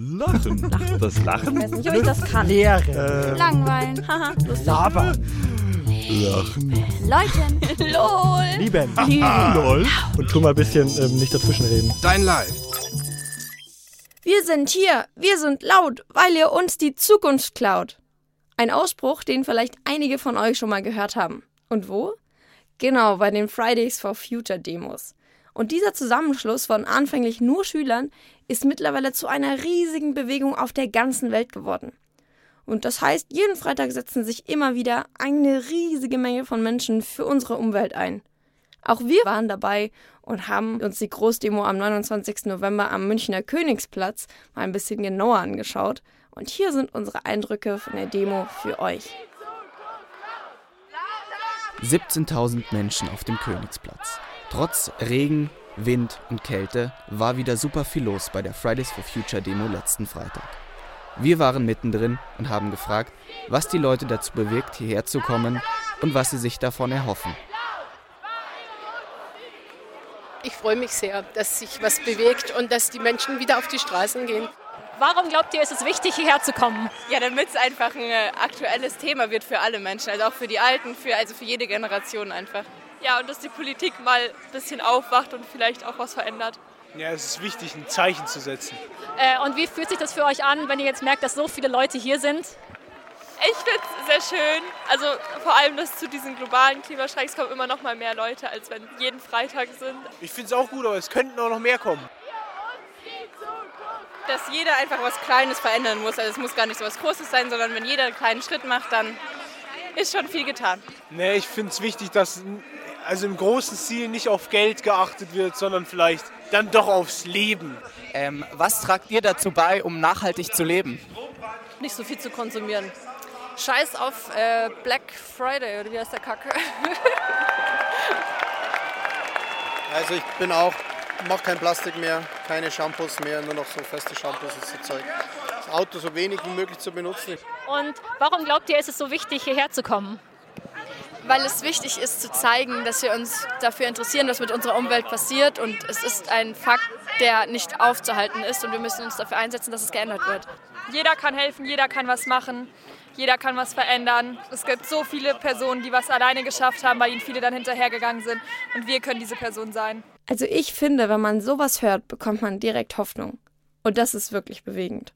Lachen. Lachen. Das Ich Lachen? weiß nicht, ob ich das kann. Leere. Langweilen. Haha, lustig. Labern. Lachen. Leuten. LOL. Lieben. Lol. Und tu mal ein bisschen ähm, nicht dazwischenreden. Dein Live. Wir sind hier, wir sind laut, weil ihr uns die Zukunft klaut. Ein Ausspruch, den vielleicht einige von euch schon mal gehört haben. Und wo? Genau, bei den Fridays for Future Demos. Und dieser Zusammenschluss von anfänglich nur Schülern ist mittlerweile zu einer riesigen Bewegung auf der ganzen Welt geworden. Und das heißt, jeden Freitag setzen sich immer wieder eine riesige Menge von Menschen für unsere Umwelt ein. Auch wir waren dabei und haben uns die Großdemo am 29. November am Münchner Königsplatz mal ein bisschen genauer angeschaut. Und hier sind unsere Eindrücke von der Demo für euch. 17.000 Menschen auf dem Königsplatz. Trotz Regen, Wind und Kälte war wieder super viel los bei der Fridays for Future Demo letzten Freitag. Wir waren mittendrin und haben gefragt, was die Leute dazu bewirkt, hierher zu kommen und was sie sich davon erhoffen. Ich freue mich sehr, dass sich was bewegt und dass die Menschen wieder auf die Straßen gehen. Warum glaubt ihr, ist es wichtig, hierher zu kommen? Ja, damit es einfach ein äh, aktuelles Thema wird für alle Menschen, also auch für die Alten, für, also für jede Generation einfach. Ja, und dass die Politik mal ein bisschen aufwacht und vielleicht auch was verändert. Ja, es ist wichtig, ein Zeichen zu setzen. Äh, und wie fühlt sich das für euch an, wenn ihr jetzt merkt, dass so viele Leute hier sind? Ich finde es sehr schön. Also vor allem, dass zu diesen globalen Klimastreiks kommen immer noch mal mehr Leute, als wenn jeden Freitag sind. Ich finde es auch gut, aber es könnten auch noch mehr kommen. Dass jeder einfach was Kleines verändern muss. Also es muss gar nicht so was Großes sein, sondern wenn jeder einen kleinen Schritt macht, dann ist schon viel getan. Nee, ich finde es wichtig, dass n- also im großen Stil nicht auf Geld geachtet wird, sondern vielleicht dann doch aufs Leben. Ähm, was tragt ihr dazu bei, um nachhaltig zu leben? Nicht so viel zu konsumieren. Scheiß auf äh, Black Friday oder wie heißt der Kacke? Also ich bin auch, mach kein Plastik mehr, keine Shampoos mehr, nur noch so feste Shampoos und so Zeug. Das Auto so wenig wie möglich zu benutzen. Und warum glaubt ihr, ist es so wichtig, hierher zu kommen? Weil es wichtig ist zu zeigen, dass wir uns dafür interessieren, was mit unserer Umwelt passiert. Und es ist ein Fakt, der nicht aufzuhalten ist. Und wir müssen uns dafür einsetzen, dass es geändert wird. Jeder kann helfen, jeder kann was machen, jeder kann was verändern. Es gibt so viele Personen, die was alleine geschafft haben, weil ihnen viele dann hinterhergegangen sind. Und wir können diese Person sein. Also ich finde, wenn man sowas hört, bekommt man direkt Hoffnung. Und das ist wirklich bewegend.